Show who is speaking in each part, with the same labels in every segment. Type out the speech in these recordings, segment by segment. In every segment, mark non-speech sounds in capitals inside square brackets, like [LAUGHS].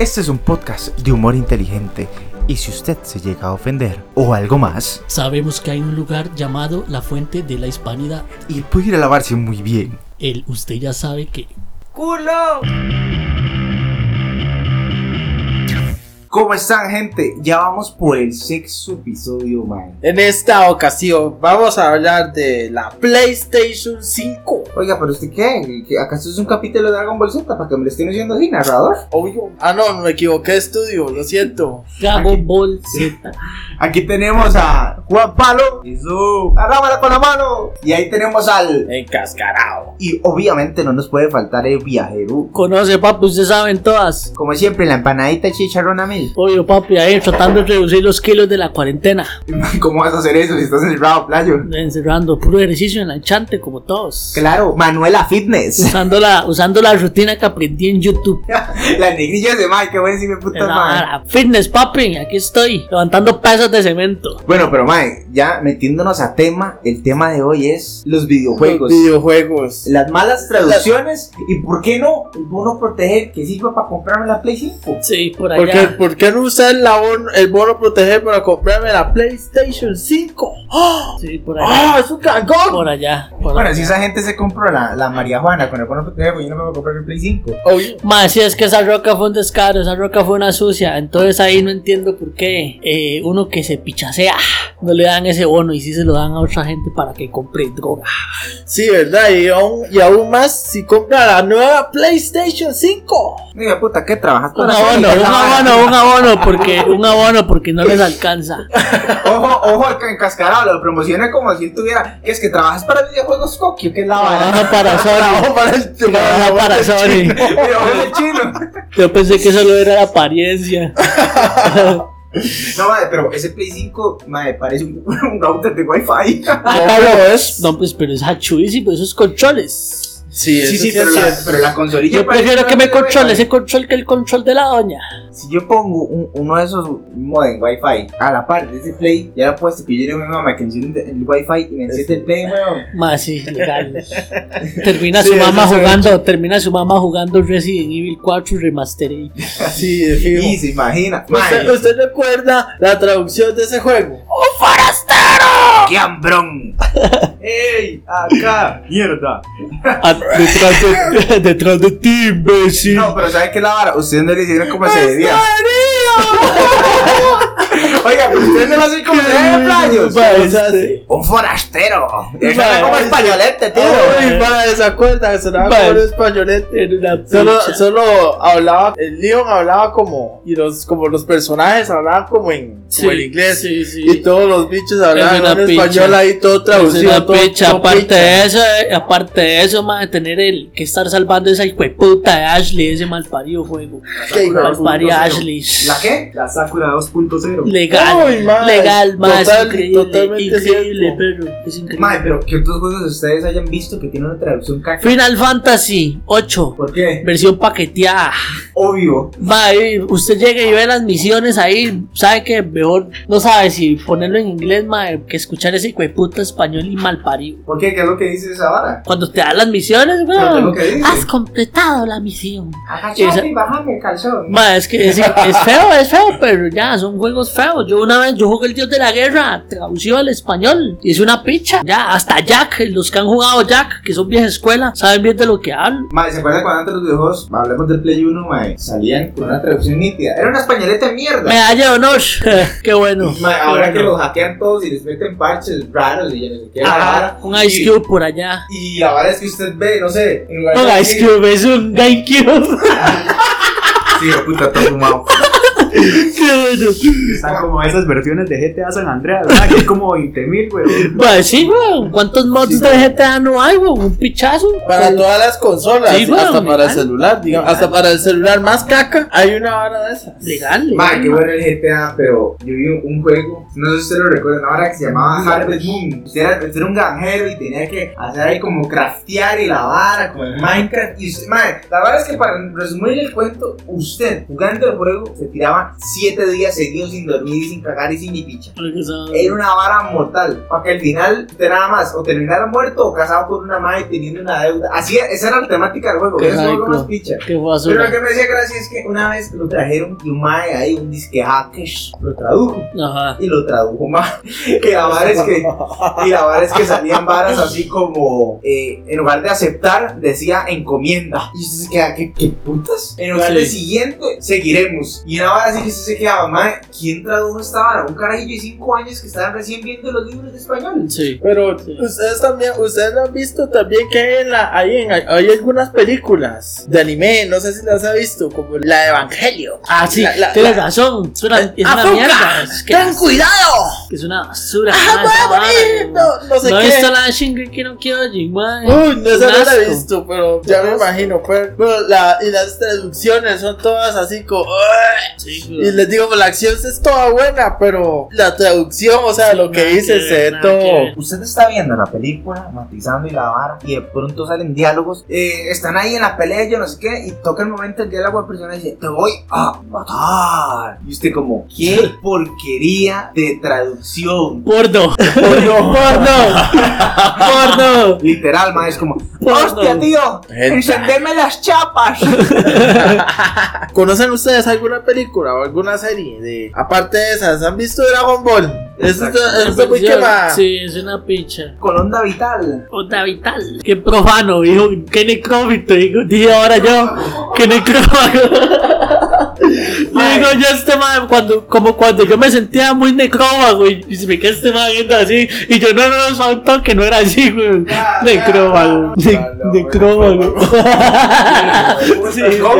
Speaker 1: Este es un podcast de humor inteligente y si usted se llega a ofender o algo más,
Speaker 2: Sabemos que hay un lugar llamado la fuente de la hispanidad.
Speaker 1: y puede ir a lavarse muy bien.
Speaker 2: El usted ya sabe que
Speaker 3: ¡Culo!
Speaker 1: ¿Cómo están, gente? Ya vamos por el sexto episodio, man.
Speaker 3: En esta ocasión vamos a hablar de la PlayStation 5.
Speaker 1: Oiga, pero usted qué? ¿Qué- ¿Acaso es un capítulo de Dragon Ball Z para que me lo estén diciendo así, narrador?
Speaker 3: Obvio. Ah, no, me equivoqué de estudio, lo siento.
Speaker 2: Dragon Ball Z.
Speaker 1: Aquí tenemos a Juan Palo. Eso. Arrábala con la mano. Y ahí tenemos al.
Speaker 3: Encascarado.
Speaker 1: Y obviamente no nos puede faltar el viajero.
Speaker 2: Conoce, papi, ustedes saben todas.
Speaker 1: Como siempre, la empanadita chicharrón a mil.
Speaker 2: Obvio, papi, ahí tratando de reducir los kilos de la cuarentena.
Speaker 1: [LAUGHS] ¿Cómo vas a hacer eso si estás encerrado, playo?
Speaker 2: Encerrando puro ejercicio en la enchante, como todos.
Speaker 1: Claro, Manuela Fitness.
Speaker 2: Usando la, usando la rutina que aprendí en YouTube.
Speaker 1: [LAUGHS] la negrilla de Mike, qué buen me putas,
Speaker 2: En la
Speaker 1: mae.
Speaker 2: vara. Fitness, papi, aquí estoy. Levantando pesas de cemento.
Speaker 1: Bueno, pero Mike, ya metiéndonos a tema, el tema de hoy es los videojuegos.
Speaker 3: Los videojuegos.
Speaker 1: las malas traducciones y por qué no, el bono proteger que sirva para comprarme la Play 5.
Speaker 2: Sí, por
Speaker 3: ¿Por qué,
Speaker 2: allá.
Speaker 3: por qué no usar la bon- el bono proteger para comprarme la PlayStation 5? ¡Ah!
Speaker 2: Sí, por allá.
Speaker 3: ¡Ah, es un cagón!
Speaker 2: Por allá. Por
Speaker 1: Bueno,
Speaker 2: allá.
Speaker 1: si esa gente se compró la, la María Juana con el bono proteger, pues yo no me voy a comprar el Play 5.
Speaker 3: Obvio.
Speaker 2: Más si es que esa roca fue un descaro, esa roca fue una sucia. Entonces ahí no entiendo por qué eh, uno que se pichasea no le dan ese bono y si se lo dan a otra gente para que compre droga.
Speaker 3: Sí, ¿verdad? Y aún, y aún más si compra la nueva PlayStation 5.
Speaker 1: Diga, puta, ¿qué trabajas
Speaker 2: Un
Speaker 1: para hacer
Speaker 2: abono,
Speaker 1: esa
Speaker 2: un
Speaker 1: vara?
Speaker 2: abono, un abono, porque, un abono porque no les alcanza.
Speaker 1: Ojo, ojo, que encascarado, lo promociona como si él tuviera. Es que trabajas para videojuegos Kokio, que es la vara.
Speaker 2: Trabaja para Sony.
Speaker 3: Trabajo [LAUGHS] para
Speaker 2: Trabaja para
Speaker 3: el
Speaker 2: Sony.
Speaker 1: ah, Videojuegos del chino.
Speaker 2: Yo pensé que solo era la apariencia.
Speaker 1: No, madre, pero ese Play 5, madre, parece un, [LAUGHS] un router de Wi-Fi. Ah,
Speaker 3: ¿Cómo lo ves?
Speaker 2: No, pues, pero es hachuísimo, esos controles.
Speaker 3: Sí, eso
Speaker 1: Sí, sí,
Speaker 3: es
Speaker 1: pero, la,
Speaker 3: cierto.
Speaker 1: pero la consolilla.
Speaker 2: Yo
Speaker 1: parece
Speaker 2: prefiero
Speaker 1: un
Speaker 2: que
Speaker 1: router
Speaker 2: me
Speaker 1: de
Speaker 2: controle
Speaker 1: Wi-Fi.
Speaker 2: ese control que el control de la doña.
Speaker 1: Si yo pongo un- uno de esos modem Wi-Fi a la par de ese Play, ya lo puesto que yo llegue a mi mamá que enciende el Wi-Fi y me enciende el Play, weón.
Speaker 2: Más
Speaker 3: [LAUGHS]
Speaker 2: sí, legal. Termina
Speaker 3: Sí,
Speaker 2: su mamá
Speaker 3: eso se ve
Speaker 2: jugando, termina su mamá jugando Resident Evil 4 Remastered.
Speaker 3: Sí, de fijo.
Speaker 1: Y se imagina.
Speaker 3: ¿Usted,
Speaker 1: Madre,
Speaker 3: usted recuerda la traducción de ese juego?
Speaker 1: ¡Qué hambrón! ¡Ey! ¡Acá! ¡Mierda!
Speaker 2: Ah,
Speaker 3: [LAUGHS]
Speaker 2: detrás, de, [LAUGHS] detrás de ti, imbécil.
Speaker 1: No, pero ¿sabes qué la vara? Ustedes no le hicieron como se debía. Oiga, pero ustedes no lo hacen como se debe, playos.
Speaker 3: Ay,
Speaker 1: Un forastero. Eso
Speaker 2: Madre,
Speaker 1: es como ¿eh?
Speaker 2: sí.
Speaker 1: españolete, tío.
Speaker 3: para esa cuenta, se la
Speaker 2: Vale.
Speaker 3: con un españolete.
Speaker 2: Era una
Speaker 3: [LAUGHS] Solo,
Speaker 2: picha.
Speaker 3: solo hablaba, el Leon hablaba como, y los, como los personajes hablaban como en, como
Speaker 2: Sí,
Speaker 3: en inglés.
Speaker 2: sí, sí.
Speaker 3: Y todos los bichos hablaban
Speaker 2: Es una
Speaker 3: en español
Speaker 2: picha.
Speaker 3: ahí todo
Speaker 2: Es
Speaker 3: traducido.
Speaker 2: una
Speaker 3: todo-
Speaker 2: picha,
Speaker 3: todo
Speaker 2: aparte
Speaker 3: picha.
Speaker 2: de eso, eh, aparte de eso, más de tener el que estar salvando esa hijueputa de Ashley, ese malparido juego.
Speaker 3: Qué hijo de
Speaker 2: Malparida
Speaker 3: puta.
Speaker 2: Ashley.
Speaker 1: ¿La qué? La Sakura 2.0.
Speaker 2: Legal,
Speaker 3: Uy, mae,
Speaker 2: legal, más
Speaker 3: total-
Speaker 2: increíble,
Speaker 3: totalmente
Speaker 2: increíble,
Speaker 3: cierto.
Speaker 2: pero es increíble.
Speaker 1: Madre, pero ¿qué otros juegos ustedes hayan visto que tienen una traducción caca?
Speaker 2: Final Fantasy 8,
Speaker 1: ¿Por qué?
Speaker 2: versión paqueteada.
Speaker 1: Obvio.
Speaker 2: Va, eh, usted llega y ve las misiones ahí, sabe que mejor, no sabe si ponerlo en inglés, mae, que escuchar ese hijueputa español y mal parido.
Speaker 1: ¿Por qué? ¿Qué es lo que dice esa vara?
Speaker 2: Cuando te dan las misiones,
Speaker 1: Pero ¿qué es
Speaker 2: weón,
Speaker 1: lo que dice?
Speaker 2: has completado la misión.
Speaker 1: Agachate y bájame el calzón.
Speaker 2: Ma, es que es, es feo, es feo, pero ya, son juegos feos. Yo una vez, yo jugué el Dios de la Guerra, traducido al español, y es una picha. Ya, hasta Jack, los que han jugado Jack, que son vieja escuela, saben bien de lo que hablo.
Speaker 1: Madre, ¿se acuerdan cuando antes los videojuegos, hablemos del Play 1, madre, salían con una traducción nítida? Era una españoleta de mierda.
Speaker 2: Medalla de honor, [LAUGHS] qué bueno.
Speaker 1: Madre, ahora que
Speaker 2: Qué bueno.
Speaker 1: los hackean todos y les meten parches raros y ya no sé qué.
Speaker 2: Ajá,
Speaker 1: vara.
Speaker 2: un Ice
Speaker 1: Y-
Speaker 2: Cube por allá.
Speaker 1: Y ahora es que usted ve, no sé, en lugar
Speaker 2: No,
Speaker 1: de-
Speaker 2: Ice Cube es un Game Cube.
Speaker 1: Sí, hijo de puta, todo fumado.
Speaker 2: [LAUGHS] qué bueno.
Speaker 4: Están como esas versiones de GTA San Andreas, ¿verdad? Ah, Que es como 20 mil, weón.
Speaker 2: Ma, sí, weón, ¿cuántos mods de GTA no hay, weón? Un pichazo. Pues,
Speaker 3: Para todas las consolas,
Speaker 2: Sí, bueno,
Speaker 3: hasta para el
Speaker 2: legal.
Speaker 3: celular, digamos, hasta para el celular más caca, hay una vara de esas.
Speaker 1: Madre,
Speaker 2: Legal, legal.
Speaker 1: qué bueno el GTA, pero yo vi un, un juego, no sé si usted lo recuerda, una hora que se llamaba Harvest Moon. Usted era, usted era un granjero y tenía que hacer ahí como craftear y la vara, como en Minecraft. Y usted, madre, la verdad es que para resumir el cuento, usted jugando el juego se tiraba duraba 7 días seguidos sin dormir y sin cagar y sin ni picha.
Speaker 2: Porque esa-
Speaker 3: Eh,
Speaker 1: Era una vara mortal. Para que al final te nada más o terminara muerto o casado con una madre teniendo una deuda. Así, esa era la temática del juego.
Speaker 2: Qué
Speaker 1: Eso es lo
Speaker 2: rico.
Speaker 1: más picha.
Speaker 2: Qué
Speaker 1: Pero lo
Speaker 2: basura.
Speaker 1: que me hacía gracia es que una vez lo trajeron y un mae ahí, un disque hacker, lo tradujo.
Speaker 2: Ajá.
Speaker 1: Y lo tradujo mal. Y la vara es que, y la vara es que salían varas así como, eh, en lugar de aceptar, decía encomienda. Y usted se queda, ¿qué, qué putas? En lugar de
Speaker 2: Sí.
Speaker 1: siguiente, seguiremos. Y una vara así que usted se quedaba, madre, ¿quién tradujo esta vara? Un carajillo de 5 años que estaban recién viendo los libros de español.
Speaker 2: Sí.
Speaker 3: Pero
Speaker 2: Sí.
Speaker 3: ustedes también, ustedes han visto también que hay, en la- hay, en- hay algunas películas de anime, no sé si las ha visto, como la de Evangelio.
Speaker 2: Ah, sí,
Speaker 3: La- Eh, la-
Speaker 2: tienes razón. Es una, es una
Speaker 3: ¡Azúcar!
Speaker 2: mierda. Es que
Speaker 3: ¡Ten cuidado!
Speaker 2: es una basura.
Speaker 3: ¡Ah,
Speaker 2: ma,
Speaker 3: voy a
Speaker 2: esa
Speaker 3: morir!
Speaker 2: vara,
Speaker 3: No, no sé
Speaker 2: No he
Speaker 3: qué.
Speaker 2: visto la de Shingeki no Kyojin, man.
Speaker 3: Uy, no se
Speaker 2: Un
Speaker 3: no la he
Speaker 2: asco.
Speaker 3: visto, pero ya me
Speaker 2: asco.
Speaker 3: imagino. Pero, pero la, y las traducciones son todas así como. "Uah".
Speaker 2: Sí,
Speaker 3: Y les digo, la acción es toda buena, pero la traducción, o sea,
Speaker 2: Sí,
Speaker 3: lo que
Speaker 2: nada que
Speaker 3: dice
Speaker 2: ver,
Speaker 3: se
Speaker 2: nada que
Speaker 3: todo.
Speaker 2: ver.
Speaker 1: Usted está viendo la película, matizando y la vara, y de pronto salen diálogos. eh, están ahí en la pelea, yo no sé qué, y toca el momento en que la persona dice: Te voy a matar. Y usted, como, qué porquería de traducción.
Speaker 2: Porno. [LAUGHS]
Speaker 3: Porno, porno.
Speaker 2: Porno.
Speaker 1: Literal, ma, es como,
Speaker 2: Porno.
Speaker 1: ¡hostia, tío! ¡Encendeme las chapas! [LAUGHS]
Speaker 3: ¿Conocen ustedes alguna película o alguna serie? De, aparte de esas, ¿han visto Dragon Ball? Esto
Speaker 1: Exacto.
Speaker 3: está- esto es muy
Speaker 2: Perdió.
Speaker 3: quemada.
Speaker 2: Sí, es una picha.
Speaker 1: Colonda vital.
Speaker 2: Onda vital. Qué profano, dijo. Qué necrófito. Digo, dije ahora yo. Qué [LAUGHS] necrófago. Digo yo este man, cuando, como cuando yo me sentía muy necrófago y, y se me quedé este man viendo así. Y yo, no, no, no, faltó que no era así, güey.
Speaker 1: Ya, [LAUGHS]
Speaker 2: Necrófago.
Speaker 1: ya,
Speaker 2: Ne-
Speaker 1: ya, no,
Speaker 2: Necrófago. [LAUGHS] [LAUGHS] Sí, sí.
Speaker 1: ¿Que va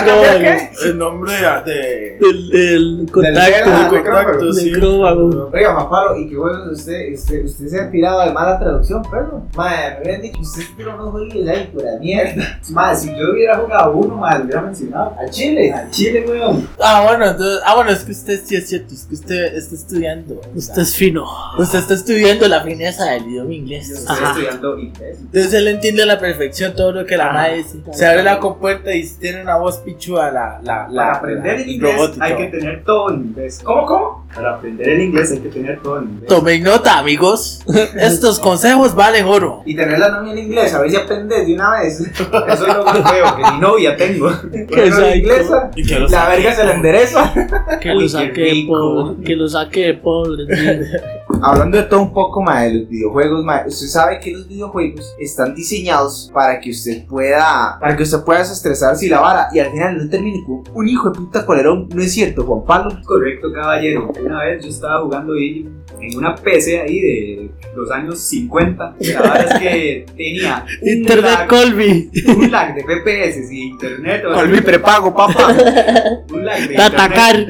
Speaker 1: a cambiar
Speaker 2: Necrófago.
Speaker 3: El nombre de.
Speaker 2: El, el
Speaker 1: verga,
Speaker 2: contacto.
Speaker 1: necrófago.
Speaker 2: Necrófago.
Speaker 1: Oiga, Maparo, ¿y qué bueno es usted? Usted, usted se ha tirado de mala traducción, perro. Madre, me hubieran dicho, usted tiró unos juegos ahí, pura mierda. Madre, si yo hubiera jugado uno, madre, lo hubiera mencionado. Al Chile, al Chile, weón.
Speaker 3: Ah, bueno, entonces. Ah, bueno, es que usted sí es cierto, es que usted está estudiando.
Speaker 2: Usted es fino.
Speaker 3: Usted está estudiando la fineza del idioma inglés.
Speaker 1: Yo
Speaker 3: Entonces
Speaker 1: estoy
Speaker 2: Ajá.
Speaker 1: estudiando inglés.
Speaker 3: él entiende a la perfección todo lo que la
Speaker 2: Ah,
Speaker 3: madre dice. Se abre la compuerta y tiene una voz pichuda la, la, la,
Speaker 1: Para aprender
Speaker 3: la-
Speaker 1: el inglés
Speaker 3: robótica.
Speaker 1: hay que tener todo en inglés. ¿Cómo, cómo?
Speaker 4: Para aprender el inglés hay que tener todo en inglés.
Speaker 3: Tomen
Speaker 2: [LAUGHS]
Speaker 3: nota, amigos. Estos consejos valen oro.
Speaker 1: Y tener la novia en inglés, a ver si aprendes de una vez. Eso es lo más feo, que mi novia tengo. [LAUGHS] Que
Speaker 2: psycho.
Speaker 1: es inglesa.
Speaker 3: Y que
Speaker 1: La verga se la endereza.
Speaker 2: Que
Speaker 1: Uy,
Speaker 2: lo
Speaker 1: qué
Speaker 2: saque de
Speaker 1: rico.
Speaker 2: pobre. Que lo saque
Speaker 1: [LAUGHS]
Speaker 2: de pobre. sí.
Speaker 1: Hablando de todo un poco, más de los videojuegos, mae, usted sabe que los videojuegos están diseñados para que usted pueda, para que usted pueda desestresarse y la vara, y al final no termine con un hijo de puta colerón, no es cierto, Juan Pablo.
Speaker 4: Correcto, caballero. Una vez yo estaba jugando ahí en una PC ahí de los años 50. La verdad es
Speaker 1: [LAUGHS]
Speaker 4: que tenía un
Speaker 2: Internet
Speaker 4: lag-
Speaker 2: Colby.
Speaker 4: un lag de FPS y internet. o sea,
Speaker 1: Con mi prepago, papá.
Speaker 4: un lag de
Speaker 2: De atacar.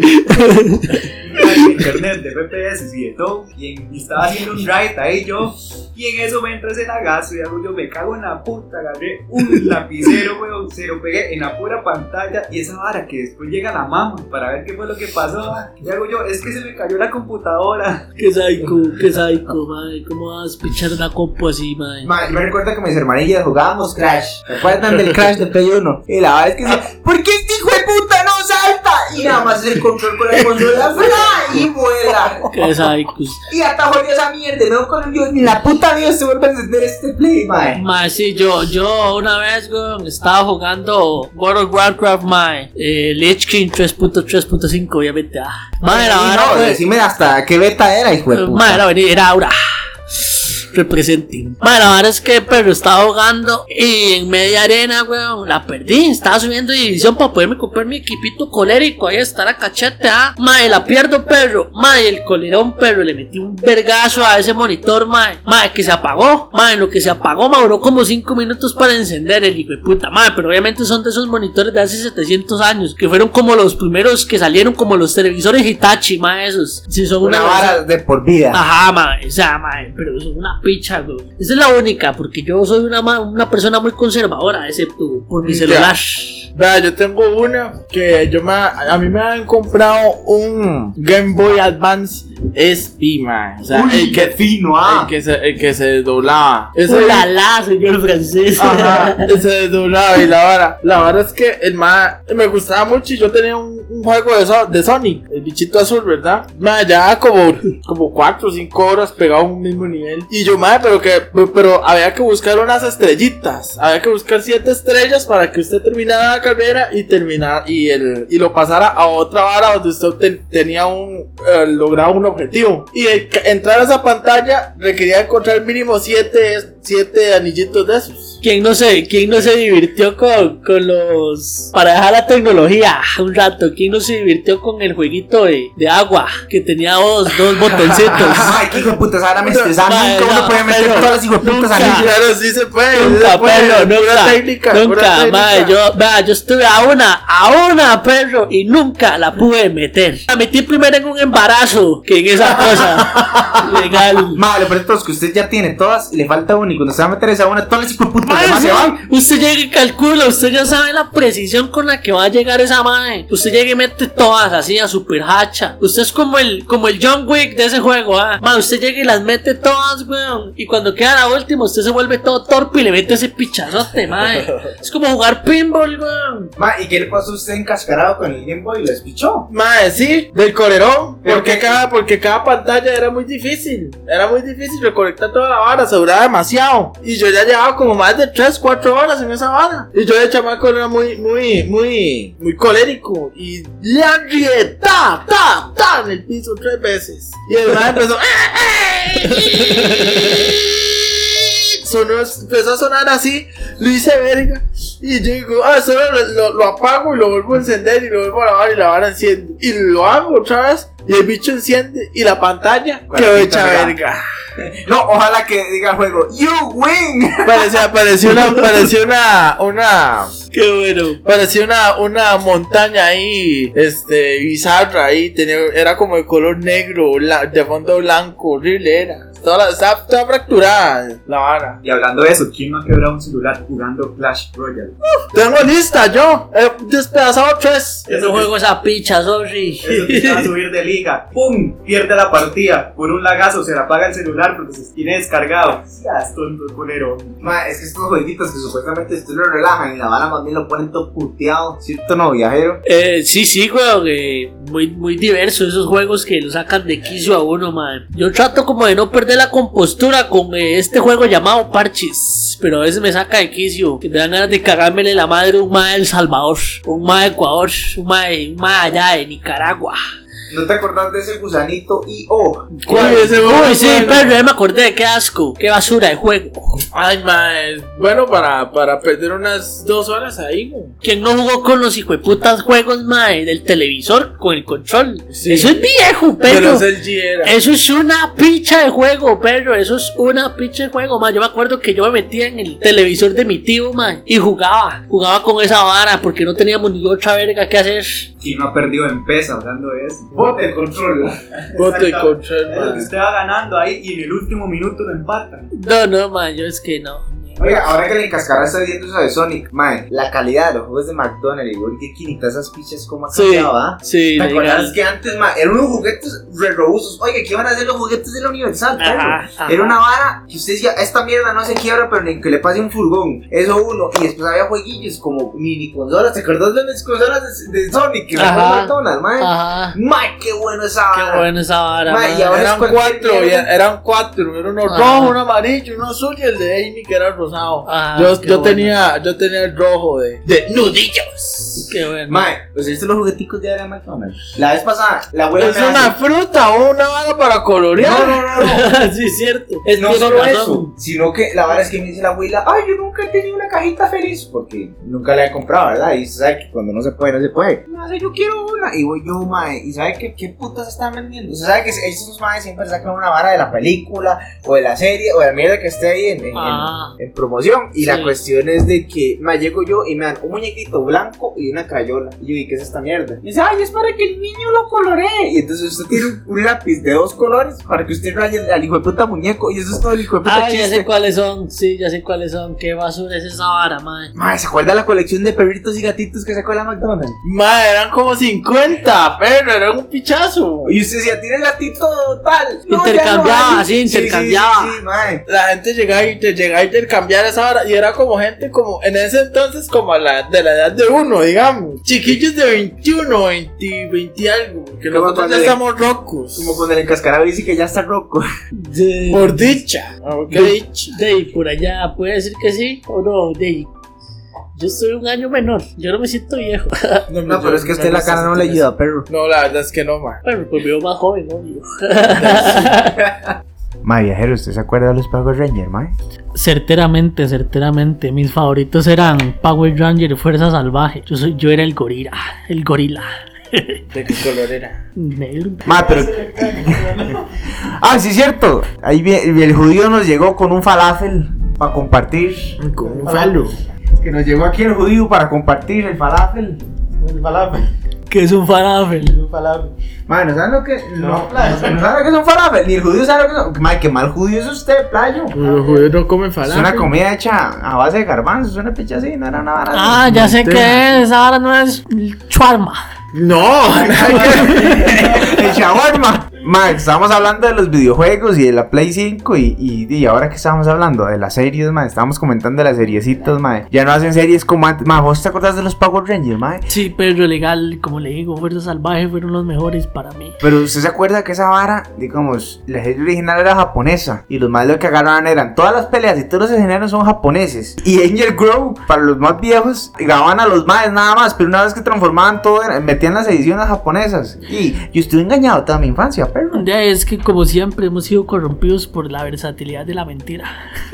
Speaker 4: de internet, de FPS y de todo. Y, en- y estaba haciendo un ride ahí yo. Y en eso me entra ese lagazo y hago yo me cago en la puta. Agarré un lapicero, weón. Se lo pegué en la pura pantalla. Y esa vara que después llega la mamá para ver qué fue lo que pasó. Y hago yo, es que se me cayó la computadora.
Speaker 2: Qué psycho, qué psycho, madre. ¿Cómo vas a pichar una compu así, madre?
Speaker 1: Mae, yo me recuerdo que mis hermanillas jugábamos Crash. ¿Se acuerdan del Crash de Play 1? Y la verdad es que decía, ¿por qué este hijo de puta no salta? Y nada más el control con la consola ¡fra! y vuela.
Speaker 2: Qué psycho.
Speaker 1: Y atajó yo esa mierda, no con Dios, ni la puta Dios se vuelve a encender este play, mae.
Speaker 2: Mae, sí, yo, yo una vez, weón, estaba jugando World of Warcraft, mae. Eh, Lich King 3.3.5, obviamente. Ah. Mae, la vara,
Speaker 1: no,
Speaker 2: weón.
Speaker 1: decime hasta qué beta era, hijo de puta.
Speaker 2: Madre, la venía, era Aura. Representing. Madre, la verdad es que pero estaba jugando y en media arena, weón, la perdí. Estaba subiendo de división para poderme comprar mi equipito colérico. Ahí está la cachete, ah. Madre, la pierdo, perro. Madre, el colerón, perro. Le metí un vergazo a ese monitor, madre. Madre, que se apagó. Madre, lo que se apagó, me duró como 5 minutos para encender el hijo de puta. Madre, pero obviamente son de esos monitores de hace 700 años, que fueron como los primeros que salieron, como los televisores Hitachi, madre, esos. Sí, son
Speaker 1: Una
Speaker 2: basura.
Speaker 1: vara de por vida.
Speaker 2: Ajá, mae, o sea, mae, pero eso es una picha, güey. Esa es la única, porque yo soy una, ma- una persona muy conservadora, excepto por mi
Speaker 3: Ya.
Speaker 2: celular.
Speaker 3: Vea, yo tengo una que yo me, a mí me han comprado un Game Boy Advance SP, man. O sea, el que,
Speaker 4: fino,
Speaker 1: Ah.
Speaker 3: el que se, el que se desdoblaba. Ese-
Speaker 2: Ulala, señor francés.
Speaker 3: Ajá, [LAUGHS] ese desdoblaba y la vara. La vara es que el ma me gustaba mucho y yo tenía un, un juego de, So- de Sonic, el bichito azul, ¿verdad? Me ya como, como 4 o 5 horas pegado a un mismo nivel. Y yo, madre, pero que pero había que buscar unas estrellitas. Había que buscar 7 estrellas para que usted terminara la carrera y terminara y el y lo pasara a otra vara donde usted obten- tenía un eh, lograba un objetivo. Y el ca- entrar a esa pantalla requería encontrar mínimo 7 siete anillitos de esos.
Speaker 2: [LAUGHS] ¿Quién no, se, ¿Quién no se divirtió con, con los... Para dejar la tecnología [LAUGHS] un rato, ¿quién no se divirtió con el jueguito de, de agua que tenía dos, dos [LAUGHS] botoncitos?
Speaker 1: [LAUGHS] Ay, qué hijo de putas, ahora me estresaba.
Speaker 2: Madre,
Speaker 1: Nunca uno
Speaker 2: no,
Speaker 1: puede meter
Speaker 2: pero
Speaker 1: todas las hijo de putas
Speaker 2: nunca.
Speaker 1: anillas.
Speaker 3: Claro, sí se [LAUGHS] puede. sí se
Speaker 2: Nunca,
Speaker 3: puede.
Speaker 2: perro,
Speaker 3: Pura
Speaker 2: nunca.
Speaker 3: técnica, pura
Speaker 2: nunca,
Speaker 3: técnica.
Speaker 2: madre. Yo, vea, yo estuve a una, a una, perro, y nunca la pude meter. La metí primero en un embarazo que en esa
Speaker 3: [LAUGHS]
Speaker 2: cosa legal.
Speaker 1: Madre, pero entonces que usted ya tiene todas y le falta una. Y cuando se va a meter esa una, todas las hijo de putas
Speaker 2: Madre,
Speaker 1: demás se van.
Speaker 2: sí, usted llega y calcula, usted ya sabe la precisión con la que va a llegar esa madre. Usted llega y mete todas así a super hacha. Usted es como el, como el John Wick de ese juego, ah. Madre, usted llega y las mete todas, weón. Y cuando queda la última, usted se vuelve todo torpe y le mete ese pichazote, madre. Es como jugar pinball, weón.
Speaker 1: Ma, ¿y qué le pasó a usted encascarado con el Game Boy? ¿Lo despichó?
Speaker 3: Mae, sí, del corerón.
Speaker 1: Pero
Speaker 3: Porque
Speaker 1: que-
Speaker 3: cada, porque cada pantalla era muy difícil. Era muy difícil recolectar toda la vara, se duraba demasiado. Y yo ya llevaba como más de 3, 4 horas en esa vara. Y yo de chamaco era muy, muy, muy, muy colérico. Y le arrié, ta, ta, ta, en el piso tres veces. Y el mae empezó. Sonó, empezó a sonar así, lo hice verga. Y yo digo, ah, solo lo, lo- lo apago y lo vuelvo a encender y lo vuelvo a lavar y la vara enciende. Y lo hago otra vez y el bicho enciende y la pantalla quedó
Speaker 1: Cuartito,
Speaker 3: hecha
Speaker 1: ¿verdad?
Speaker 3: verga.
Speaker 1: [LAUGHS] No, ojalá que diga el juego, ¡You win!
Speaker 3: Parecía, parecía una, parecía una, una,
Speaker 2: Qué bueno.
Speaker 3: parecía una, una montaña ahí, este, bizarra ahí, tenía, era como de color negro, bla- de fondo blanco, horrible era. Toda la, estaba, estaba fracturada la vara.
Speaker 4: Y hablando de eso, ¿quién no ha quebrado un celular jugando Clash
Speaker 1: [LAUGHS]
Speaker 4: Royale?
Speaker 3: Tengo lista yo, he despedazado tres.
Speaker 2: Ese juego esa picha,
Speaker 3: oh,
Speaker 2: sorry.
Speaker 4: Eso que está a subir de liga, ¡pum! Pierde la partida. Por un lagazo se le apaga el celular porque se tiene descargado. Seas tonto, culero.
Speaker 1: Ma, es que estos jueguitos que supuestamente usted lo relajan y la vara más bien lo ponen todo puteado, ¿cierto no, viajero?
Speaker 2: Eh, sí, sí, weón. eh, muy, muy diverso esos juegos que lo sacan de quicio a uno, man. Yo trato como de no perder la compostura con eh, este juego llamado Parches. Pero a veces me saca de quicio. Que me dan ganas de cagármele la madre a un ma de El Salvador, un ma de Ecuador, un ma, de, un ma allá de Nicaragua.
Speaker 1: ¿No te acordás de ese gusanito y oh?
Speaker 3: ¿Cuál es ese juego?
Speaker 2: Uy, sí,
Speaker 3: Bueno.
Speaker 2: pero ya me acordé. Qué asco, qué basura de juego.
Speaker 3: Ay, mae. Bueno, para, para perder unas dos horas ahí, güey.
Speaker 2: ¿Quién no jugó con los hijueputas juegos, mae, del televisor con el control?
Speaker 3: Sí.
Speaker 2: Eso es viejo,
Speaker 3: Pero,
Speaker 2: pero.
Speaker 3: es el G era.
Speaker 2: Eso es una picha de juego, Pedro. Eso es una picha de juego, man. Yo me acuerdo que yo me metía en el televisor de mi tío, man. Y jugaba. Jugaba con esa vara porque no teníamos ni otra verga que hacer.
Speaker 4: ¿Quién no ha perdido en pesa hablando de eso? Bote el control.
Speaker 3: Voto y
Speaker 4: Exacto.
Speaker 3: control,
Speaker 4: Es lo que
Speaker 3: mae.
Speaker 4: usted va ganando ahí y en el último minuto lo empatan.
Speaker 2: No, no, man. Yo es que no.
Speaker 1: Oiga, ahora que le encascarado está viendo eso de Sonic, mae, la calidad de los juegos de McDonald's y Burger King y todas esas pichas como ha
Speaker 2: Sí.
Speaker 1: cambiado, ¿ah?
Speaker 2: Sí,
Speaker 1: ¿Te
Speaker 2: legal.
Speaker 1: acuerdas que antes, ma, eran unos juguetes re robustos? Oiga, ¿qué van a hacer los juguetes de la Universal? perro?
Speaker 2: Ajá, ajá.
Speaker 1: Era una vara que usted decía, esta mierda no se quiebra, pero ni que le pase un furgón. Eso uno. Y después había jueguillos como mini consolas. ¿Te acordás de las consolas de, de Sonic? Que
Speaker 2: Ajá.
Speaker 1: las McDonald's, ma.
Speaker 2: Ajá.
Speaker 1: Ma, qué bueno esa
Speaker 2: Qué
Speaker 1: vara.
Speaker 2: buena esa vara.
Speaker 1: Ma,
Speaker 2: man.
Speaker 1: y ahora-
Speaker 3: Eran
Speaker 1: es cualquier
Speaker 3: cuatro,
Speaker 1: mierda.
Speaker 3: ya- eran cuatro, era uno
Speaker 2: Ajá.
Speaker 3: rojo, uno amarillo, uno azul y el de Amy que era rosado.
Speaker 2: Ah,
Speaker 3: yo
Speaker 2: qué
Speaker 3: yo
Speaker 2: bueno.
Speaker 3: tenía, yo tenía el rojo de, de nudillos.
Speaker 2: Qué bueno.
Speaker 1: Mae, pues estos son los jugueticos de la McDonald's. La vez pasada, la abuela
Speaker 3: Es
Speaker 1: me
Speaker 3: Pues una
Speaker 1: hace-
Speaker 3: fruta o una vara para
Speaker 1: No,
Speaker 3: colorear.
Speaker 1: no, no, no.
Speaker 2: [LAUGHS] sí, es cierto. Es
Speaker 1: No
Speaker 2: tiene
Speaker 1: solo
Speaker 2: razón.
Speaker 1: eso, sino que la verdad es que me dice la abuela, ay, yo nunca he tenido una cajita feliz, porque nunca la he comprado, ¿verdad? Y usted sabe que cuando no se puede, no se puede. No sé, yo quiero una. Y voy yo, mae, y sabe que, qué putas están vendiendo. Usted sabe que esos maes siempre sacan una vara de la película, o de la serie, o de la mierda que esté ahí en, en-
Speaker 2: Ah.
Speaker 1: en promoción. Y la
Speaker 2: Sí.
Speaker 1: cuestión es de que, mae, llego yo y me dan un muñequito blanco y una crayola. Y yo, ¿y qué es esta mierda? Y dice, ay, es para que el niño lo coloree. Y entonces usted tiene un, un lápiz de dos colores para que usted raye al hijo de puta muñeco. Y eso es todo el hijo de puta
Speaker 2: Ah, ya sé
Speaker 1: chiste.
Speaker 2: cuáles son. Sí, ya sé cuáles son. Qué basura es esa vara, madre.
Speaker 1: Mae, ¿se acuerda la colección de perritos y gatitos que sacó la McDonald's?
Speaker 3: Madre, eran como 50, pero era un pichazo.
Speaker 1: Y usted decía, tiene el gatito tal.
Speaker 2: Intercambiaba, sí,
Speaker 1: sí,
Speaker 2: intercambiaba.
Speaker 1: Sí, sí, mae.
Speaker 3: La gente llegaba y te llegaba a intercambiar esa hora y era como gente como en ese entonces como a la, de la edad de uno, digamos. Chiquillos de 21, 20, 20 algo, que
Speaker 1: Como
Speaker 3: nosotros
Speaker 1: cuando
Speaker 3: ya
Speaker 1: le-
Speaker 3: estamos locos.
Speaker 1: Como con el encascarado dice que ya está roco.
Speaker 2: De,
Speaker 3: Por dicha.
Speaker 2: de- de- por allá, puede decir que sí o no. De, yo soy un año menor. Yo no me siento viejo. [LAUGHS]
Speaker 1: No, pero es que usted la cara no le
Speaker 3: ayuda
Speaker 1: ayuda, perro.
Speaker 3: No, la verdad es que no, ma.
Speaker 2: Bueno, pues me veo más joven, obvio.
Speaker 1: Mae, viajero, ¿usted se acuerda de los Power Rangers, mae?
Speaker 2: Certeramente, certeramente. Mis favoritos eran Power Ranger y Fuerza Salvaje. Yo, soy, yo era el gorila. El gorila. [LAUGHS]
Speaker 3: ¿De qué color era?
Speaker 2: Negro.
Speaker 1: Mae, [LAUGHS] pero... ah, sí, es cierto. Ahí vi- el judío nos llegó con un falafel para compartir.
Speaker 3: Con un
Speaker 1: Que nos llegó aquí el judío para compartir el falafel. El falafel.
Speaker 2: Que es un falafel.
Speaker 1: Mae, ¿no saben lo que...? No, no, saben lo que es un falafel. Ni el judío sabe lo que es un... Mae, qué mal judío es usted, playo.
Speaker 3: Los judíos no comen
Speaker 1: Es una comida hecha a base de garbanzos, es una picha así, no era una barata.
Speaker 2: Ah, ya sé qué es. Ahora no es chuarma.
Speaker 3: No,
Speaker 1: El shawarma. Max, estábamos hablando de los videojuegos y de la Play 5 y, y, y ahora que estábamos hablando de las series, mae, estábamos comentando de las seriecitas, mae. Ya no hacen series como antes, mae, vos te acordás de los Power Rangers, mae.
Speaker 2: Sí, pero legal, como le digo, Fuerza Salvaje fueron los mejores para mí.
Speaker 1: Pero usted se acuerda que esa vara, digamos, la serie original era japonesa y los más lo que agarraban eran todas las peleas y todos los escenarios son japoneses. Y Angel Grove, para los más viejos, grababan a los más nada más, pero una vez que transformaban todo, era- metían las ediciones japonesas. Y yo estuve engañado toda mi infancia, perro.
Speaker 2: Ya es que como siempre hemos sido corrompidos por la versatilidad de la mentira.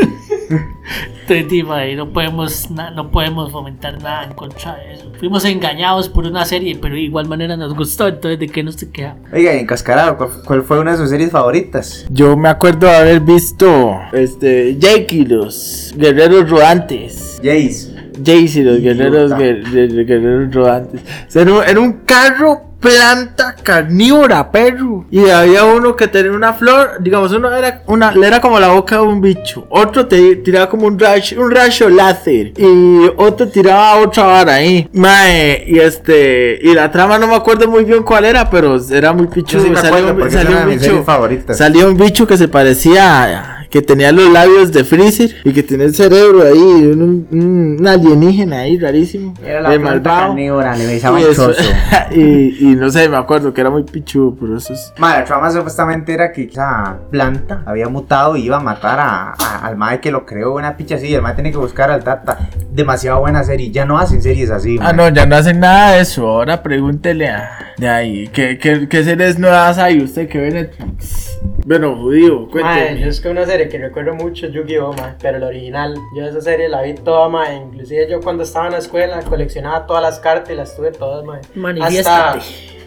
Speaker 2: [LAUGHS] Entonces, di, madre, no podemos, na- no podemos fomentar nada en contra de eso. Fuimos engañados por una serie, pero de igual manera nos gustó, entonces de qué nos te queda.
Speaker 1: Oiga, y Encascarado, ¿cuál, cuál fue una de sus series favoritas?
Speaker 3: Yo me acuerdo de haber visto este Jake y los guerreros rodantes.
Speaker 1: Jace.
Speaker 3: Jayce y los guerreros,
Speaker 1: Idiota.
Speaker 3: guer- guer- guerreros rodantes. O sea, era, un, era un carro planta carnívora, perro. Y había uno que tenía una flor, digamos, uno era una, le era como la boca de un bicho. Otro te tiraba como un rayo, un rayo láser. Y otro tiraba otra vara ahí. Mae, y este, y la trama no me acuerdo muy bien cuál era, pero era muy pichu.
Speaker 1: Yo sí me acuerdo
Speaker 3: un,
Speaker 1: porque es
Speaker 3: salió
Speaker 1: una
Speaker 3: un
Speaker 1: de mis
Speaker 3: bicho.
Speaker 1: series favoritas.
Speaker 3: Salía un bicho que se parecía a- que tenía los labios de Freezer y que tenía el cerebro ahí, un, un- un alienígena ahí rarísimo. de malvado. Y,
Speaker 1: carnívora, le
Speaker 3: eso- [LAUGHS] y, y no sé, me acuerdo que era muy pichudo, pero eso es.
Speaker 1: Madre, la trama supuestamente era que esa planta había mutado y iba a matar a, a- al mae que lo creó, una picha así. y El mae tiene que buscar al tata. Demasiado buena serie. Ya no hacen series así.
Speaker 3: Ah,
Speaker 1: mae.
Speaker 3: no, ya no hacen nada de eso. Ahora pregúntele a. De ahí, ¿qué, qué, qué series nuevas hay usted que ve Netflix? Bueno, judío,
Speaker 5: Mae, yo
Speaker 3: cuénteme.
Speaker 5: es que una serie que recuerdo mucho es Yu-Gi-Oh! mae, pero la original. Yo esa serie la vi toda, mae. Inclusive yo cuando estaba en la escuela coleccionaba todas las cartas y las tuve todas, mae. Hasta,
Speaker 2: Manifiéstate.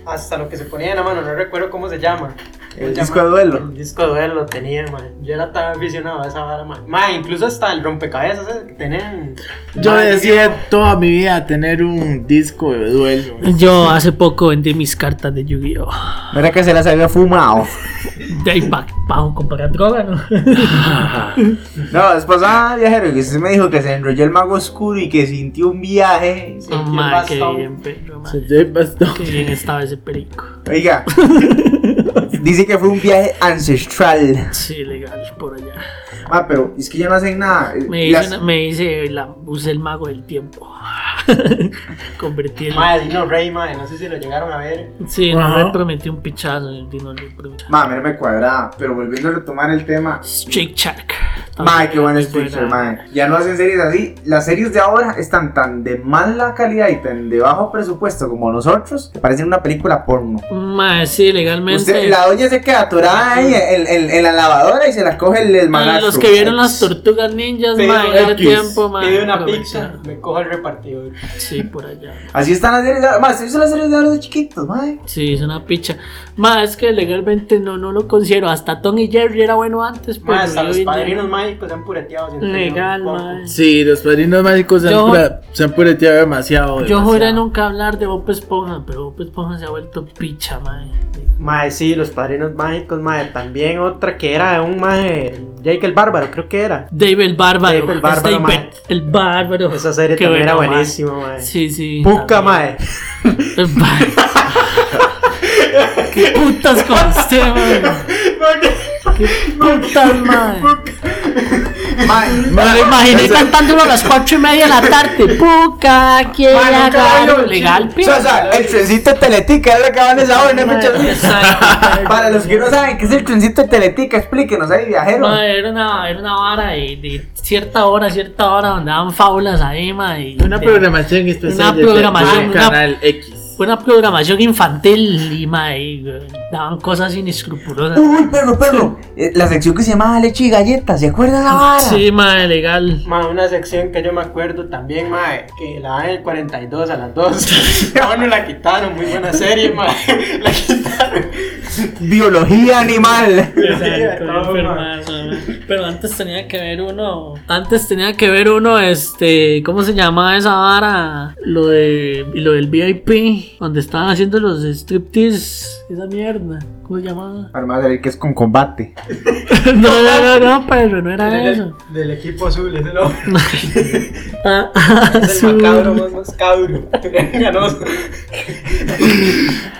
Speaker 5: hasta lo que se ponía en la mano, no recuerdo cómo se llama.
Speaker 1: El disco de duelo.
Speaker 5: El disco duelo tenía, mae. Yo era tan aficionado a esa vara, mae. Mae, incluso hasta el rompecabezas ese que tenían.
Speaker 3: Yo
Speaker 5: Mae,
Speaker 3: decía toda mi vida tener un disco de duelo. [LAUGHS]
Speaker 2: Yo hace poco vendí mis cartas de Yu-Gi-Oh!
Speaker 1: No era que se las había fumado.
Speaker 2: De ahí pa, pa comprar droga,
Speaker 5: [LAUGHS]
Speaker 2: ¿no?
Speaker 1: No, después, ah, viajero, que usted me dijo que se enrolló el mago oscuro y que sintió un viaje.
Speaker 5: Sí, ¿quién
Speaker 2: Ma,
Speaker 5: más
Speaker 2: qué
Speaker 5: son?
Speaker 2: bien, perro, ma.
Speaker 3: Se te pasó.
Speaker 2: Qué bien estaba ese perico.
Speaker 1: Oiga, [LAUGHS] dice que fue un viaje ancestral.
Speaker 2: Sí, legal, por allá.
Speaker 1: Ah, pero es que ya no hacen nada. Eh,
Speaker 2: Me
Speaker 1: Las-
Speaker 2: hice, una- me hice la, usé el mago del tiempo. [LAUGHS] Convertí el.
Speaker 5: Mae, Dino Rey, mae. No sé si lo llegaron a ver.
Speaker 2: Sí, no
Speaker 3: Ajá.
Speaker 2: le prometí un pichazo. el Dino le prometí-
Speaker 1: Ma, a mí no me cuadraba, pero volviendo a retomar el tema.
Speaker 2: Street Shark.
Speaker 1: Mae, qué bueno
Speaker 2: También
Speaker 1: es Twitcher,
Speaker 2: Ah, buena.
Speaker 1: mae. Ya no hacen series así. Las series de ahora están tan de mala calidad y tan de bajo presupuesto como nosotros que parecen una película porno.
Speaker 2: Mae, sí, legalmente. Ah,
Speaker 1: Usted, la doña se queda atorada ahí en, en- en la lavadora y se la coge el
Speaker 2: Mae,
Speaker 1: desmanastro.
Speaker 2: los que vieron las tortugas ninjas,
Speaker 5: Pedí
Speaker 2: mae,
Speaker 5: una
Speaker 2: era
Speaker 3: X,
Speaker 2: tiempo, mae.
Speaker 5: Pide una
Speaker 2: prometí-
Speaker 5: pizza, me cojo el repartidor.
Speaker 2: Sí, por allá.
Speaker 1: Así están las series de ahora. Mae, ¿se hizo las series de ahora de chiquitos,
Speaker 2: [CLEARS THROAT]
Speaker 1: mae?
Speaker 2: Sí, es una picha. Mae, es que legalmente no, no lo considero. Hasta Tom y Jerry era bueno antes, pero
Speaker 5: Mae, hasta
Speaker 2: yo
Speaker 5: los
Speaker 2: hoy en día-
Speaker 5: padrinos, mae, mágicos se han pureteado. siento yo,
Speaker 2: Legal,
Speaker 5: un poco.
Speaker 2: mae.
Speaker 3: Sí, los padrinos mágicos se han,
Speaker 2: Yo-
Speaker 3: pura- se han pureteado demasiado.
Speaker 2: Yo
Speaker 3: demasiado.
Speaker 2: juré nunca hablar de Bob Esponja, pero Bob Esponja se ha vuelto picha, mae.
Speaker 5: Mae, sí, los padrinos mágicos, mae. También otra que era un mae, Jake el Bárbaro, creo que era.
Speaker 2: Dave el Bárbaro.
Speaker 5: Dave el
Speaker 2: es
Speaker 5: Bárbaro,
Speaker 2: Dave
Speaker 5: mae.
Speaker 2: el Bárbaro.
Speaker 5: Esa serie
Speaker 2: [LAUGHS] Qué
Speaker 5: también era
Speaker 2: bueno, mae.
Speaker 5: buenísima, mae.
Speaker 2: Sí, sí.
Speaker 5: Puca,
Speaker 2: también.
Speaker 5: mae.
Speaker 2: El Bárbaro. ¿Qué putas con usted, mae? ¿Qué putas, mae?
Speaker 1: Mae,
Speaker 2: Me lo imaginé cantándolo a las cuatro y media de la tarde. Puca, quiere
Speaker 1: Mae, nunca lo
Speaker 2: agarrar.
Speaker 1: había
Speaker 2: Legal,
Speaker 1: O sea, o sea, el trencito de Teletica es lo que van a esa hora,
Speaker 2: Mae, exacto.
Speaker 1: Para los que no saben qué es el trencito de Teletica, explíquenos ahí, viajero.
Speaker 2: Ma, era, una, era una vara de, de cierta hora, cierta hora, donde daban fábulas ahí, ma. y-
Speaker 3: Una
Speaker 2: de-
Speaker 3: programación especial
Speaker 2: Una
Speaker 3: de- de-
Speaker 2: programación,
Speaker 3: de
Speaker 2: una-
Speaker 3: Canal X.
Speaker 2: Fue una programación infantil y, ma, y, eh, daban cosas inescrupulosas.
Speaker 1: Uy, perro, perro. Eh, La sección que se llamaba leche y galletas, ¿se acuerdan la vara?
Speaker 2: Sí, ma, legal.
Speaker 5: Mae, una sección que yo me acuerdo también, mae, que la dan el 42 a las [LAUGHS] 2. bueno, la quitaron, muy buena serie, mae. [LAUGHS] La quitaron.
Speaker 1: Biología animal.
Speaker 5: Exacto, todo,
Speaker 2: enfermazo, ma. Pero antes tenía que ver uno. Antes tenía que ver uno, este. ¿Cómo se llamaba esa vara? Lo de. Lo del VIP. Donde estaban haciendo los striptease. Esa mierda. ¿Cómo se
Speaker 1: [LAUGHS]
Speaker 2: llamaba?
Speaker 1: Además el que es con combate.
Speaker 2: No, no, no, no, pero no era
Speaker 5: Del,
Speaker 2: eso.
Speaker 5: del equipo azul, ese lo
Speaker 2: [LAUGHS] Ah,
Speaker 5: es el macabro más [LAUGHS] macabro. Ganoso.